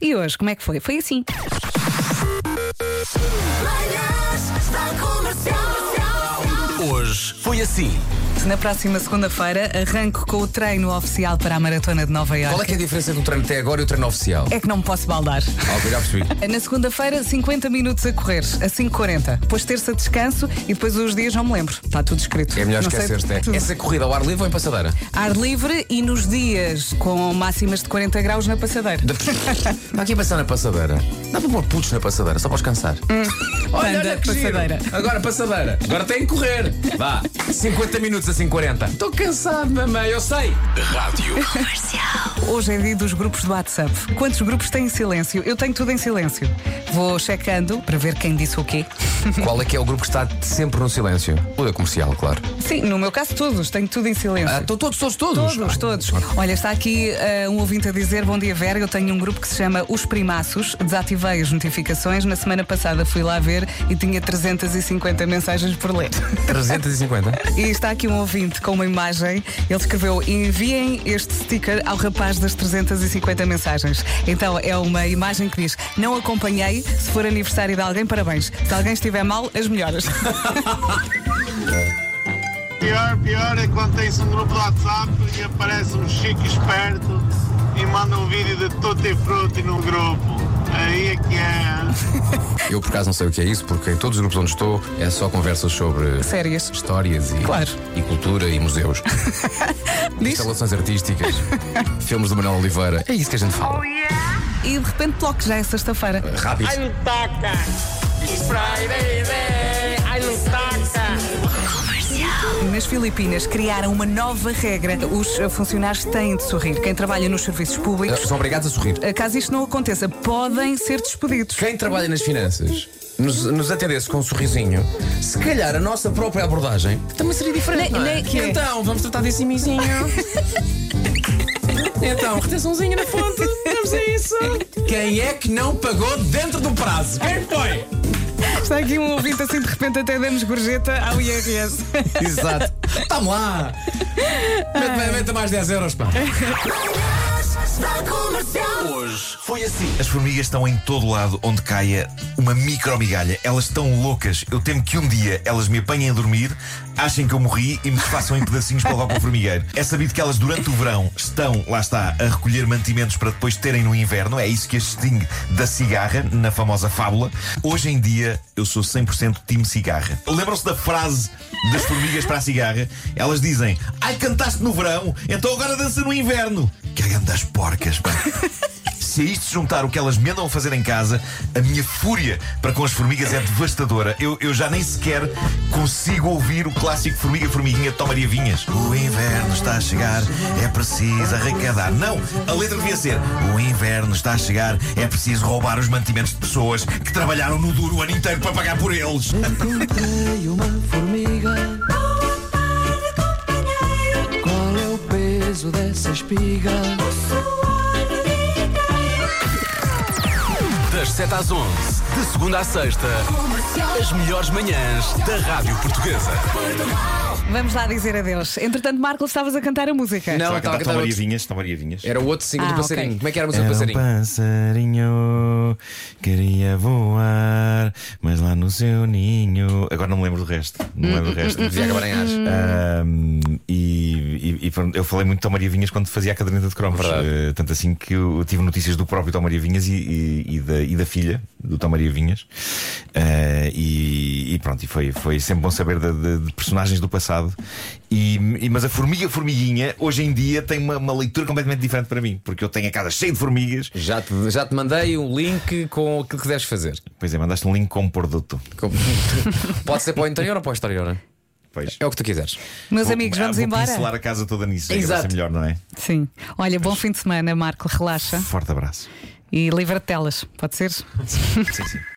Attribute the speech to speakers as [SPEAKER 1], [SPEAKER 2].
[SPEAKER 1] E hoje, como é que foi? Foi assim.
[SPEAKER 2] Manhãs da Comercial.
[SPEAKER 3] Hoje foi assim.
[SPEAKER 1] Na próxima segunda-feira arranco com o treino oficial para a Maratona de Nova Iorque.
[SPEAKER 3] Qual é que é a diferença do treino até agora e o treino oficial?
[SPEAKER 1] É que não me posso baldar.
[SPEAKER 3] Ah, ok, já percebi.
[SPEAKER 1] Na segunda-feira, 50 minutos a correr, a 5h40. Depois terça descanso e depois os dias não me lembro. Está tudo escrito.
[SPEAKER 3] É melhor
[SPEAKER 1] Não sei
[SPEAKER 3] esquecer-te.
[SPEAKER 1] tudo.
[SPEAKER 3] é. Essa corrida ao ar livre ou em passadeira?
[SPEAKER 1] Ar livre e nos dias com máximas de 40 graus na passadeira.
[SPEAKER 3] Está aqui a pensar na passadeira. Dá para pôr putos na passadeira, só para descansar.
[SPEAKER 1] Banda
[SPEAKER 3] giro.
[SPEAKER 1] passadeira.
[SPEAKER 3] Agora Hum. passadeira. Agora tem que correr. Vá. 50 minutos a 540. Estou cansado, mamãe, eu sei.
[SPEAKER 1] Hoje é dia dos grupos do WhatsApp. Quantos grupos têm silêncio? Eu tenho tudo em silêncio. Vou checando para ver quem disse o quê.
[SPEAKER 3] Qual é que é o grupo que está sempre no silêncio? O da comercial, claro.
[SPEAKER 1] Sim, no meu caso todos, tenho tudo em silêncio.
[SPEAKER 3] Ah, Estão todos, todos, todos. Ah,
[SPEAKER 1] Todos, todos. Olha, está aqui eh, um ouvinte a dizer: Bom dia, Vera. Eu tenho um grupo que se chama Os Primaços. Desativei as notificações. Na semana passada fui lá ver e tinha 350 mensagens por ler.
[SPEAKER 3] 350.
[SPEAKER 1] E está aqui um ouvinte com uma imagem. Ele escreveu: Enviem este sticker ao rapaz das 350 mensagens. Então é uma imagem que diz: Não acompanhei. Se for aniversário de alguém, parabéns. Se alguém estiver mal, as melhoras.
[SPEAKER 4] Pior, pior é quando tens um grupo de WhatsApp e aparece um chico esperto e manda um vídeo de tutti frutti no grupo. Aí é que é.
[SPEAKER 3] Eu por acaso não sei o que é isso, porque em todos os grupos onde estou é só conversas sobre
[SPEAKER 1] Sérias.
[SPEAKER 3] histórias e,
[SPEAKER 1] Claro.
[SPEAKER 3] e cultura e museus, é
[SPEAKER 1] Diz.
[SPEAKER 3] instalações artísticas, filmes do Manuel Oliveira. É isso que a gente fala.
[SPEAKER 1] E de repente, bloco já é sexta-feira.
[SPEAKER 3] Rápido.
[SPEAKER 1] Nas Filipinas criaram uma nova regra. Os eh, funcionários têm de sorrir. Quem trabalha nos serviços
[SPEAKER 3] Eh,
[SPEAKER 1] públicos,
[SPEAKER 3] São obrigados a sorrir.
[SPEAKER 1] eh, caso isto não aconteça, podem ser despedidos.
[SPEAKER 3] Quem trabalha nas finanças nos, nos atendesse com um sorrisinho, se calhar a nossa própria abordagem também seria diferente.
[SPEAKER 1] Nem-
[SPEAKER 3] não é?
[SPEAKER 1] nem que é.
[SPEAKER 3] Então, vamos tratar desse mizinho. Então, retençãozinha na fonte, vamos a isso. Quem é que não pagou dentro do prazo? Quem foi?
[SPEAKER 1] Está aqui um ouvinte assim, de repente até damos gorjeta ao IRS.
[SPEAKER 3] Exato. Tamo lá! Mete, mete mais 10 euros, pá.
[SPEAKER 2] Manhãs da Comercial.
[SPEAKER 5] As formigas estão em todo lado onde caia uma micromigalha. Elas estão loucas. Eu temo que um dia elas me apanhem a dormir, achem que eu morri e me desfaçam em pedacinhos para levar para o formigueiro. É sabido que elas, durante o verão, estão, lá está, a recolher mantimentos para depois terem no inverno. É isso que as distingue da cigarra, na famosa fábula. Hoje em dia, eu sou 100% time cigarra. Lembram-se da frase das formigas para a cigarra? Elas dizem, ai, cantaste no verão, então agora dança no inverno. Cagando das porcas, pá. Se a isto se juntar o que elas me andam a fazer em casa, a minha fúria para com as formigas é devastadora. Eu, eu já nem sequer consigo ouvir o clássico Formiga Formiguinha de Tom Maria Vinhas. O inverno está a chegar, é preciso arrecadar. Não, a letra devia ser: O inverno está a chegar, é preciso roubar os mantimentos de pessoas que trabalharam no duro o ano inteiro para pagar por eles.
[SPEAKER 6] Encontrei uma formiga. Qual é o peso dessa espiga?
[SPEAKER 7] Das 7 às 11, de segunda à sexta, as melhores manhãs da Rádio Portuguesa.
[SPEAKER 1] Vamos lá dizer adeus. Entretanto, Marco, estavas a cantar a música.
[SPEAKER 3] Não,
[SPEAKER 5] Estava
[SPEAKER 3] estava
[SPEAKER 5] a
[SPEAKER 3] a
[SPEAKER 5] cantar Tom
[SPEAKER 3] cantar
[SPEAKER 5] Maria
[SPEAKER 3] outro.
[SPEAKER 5] Vinhas, Tom Maria Vinhas.
[SPEAKER 3] Era o outro single
[SPEAKER 1] Ah,
[SPEAKER 3] do passarinho.
[SPEAKER 1] ok.
[SPEAKER 3] Como é que era a música do
[SPEAKER 8] Era um
[SPEAKER 3] passarinho?
[SPEAKER 5] passarinho, queria voar, mas lá no seu ninho. Agora não me lembro do resto. Não me lembro do resto.
[SPEAKER 3] Devia acabar em as.
[SPEAKER 5] Ahm, e, e- e pronto, eu falei muito de Tom Maria Vinhas quando fazia a caderneta de cromos.
[SPEAKER 3] Verdade.
[SPEAKER 5] Eh, tanto assim que eu tive notícias do próprio Tom Maria Vinhas e, e- e da, e da filha do Tom Maria Vinhas. Eh, e, e pronto, e foi, foi sempre bom saber de, de- de personagens do passado. E, e- mas a formiga formiguinha hoje em dia tem uma, uma leitura completamente diferente para mim, porque eu tenho a casa cheia de formigas.
[SPEAKER 3] Já te, já te mandei um link com o que quiseres fazer.
[SPEAKER 5] Pois é, mandaste um link com um produto.
[SPEAKER 3] Com- Pode ser para o interior ou para o exterior. hein?
[SPEAKER 5] Pois.
[SPEAKER 3] É o que tu quiseres.
[SPEAKER 1] Meus
[SPEAKER 5] Vou-
[SPEAKER 1] amigos,
[SPEAKER 5] ah,
[SPEAKER 1] vamos
[SPEAKER 5] vou pincelar
[SPEAKER 1] embora?
[SPEAKER 5] a casa toda nisso. Exato. Vai
[SPEAKER 3] Exato.
[SPEAKER 5] ser melhor, não é?
[SPEAKER 1] Sim. Olha, bom fim de semana, Marco. Relaxa
[SPEAKER 5] Forte abraço.
[SPEAKER 1] e livra-te delas. Pode ser?
[SPEAKER 5] Sim, sim.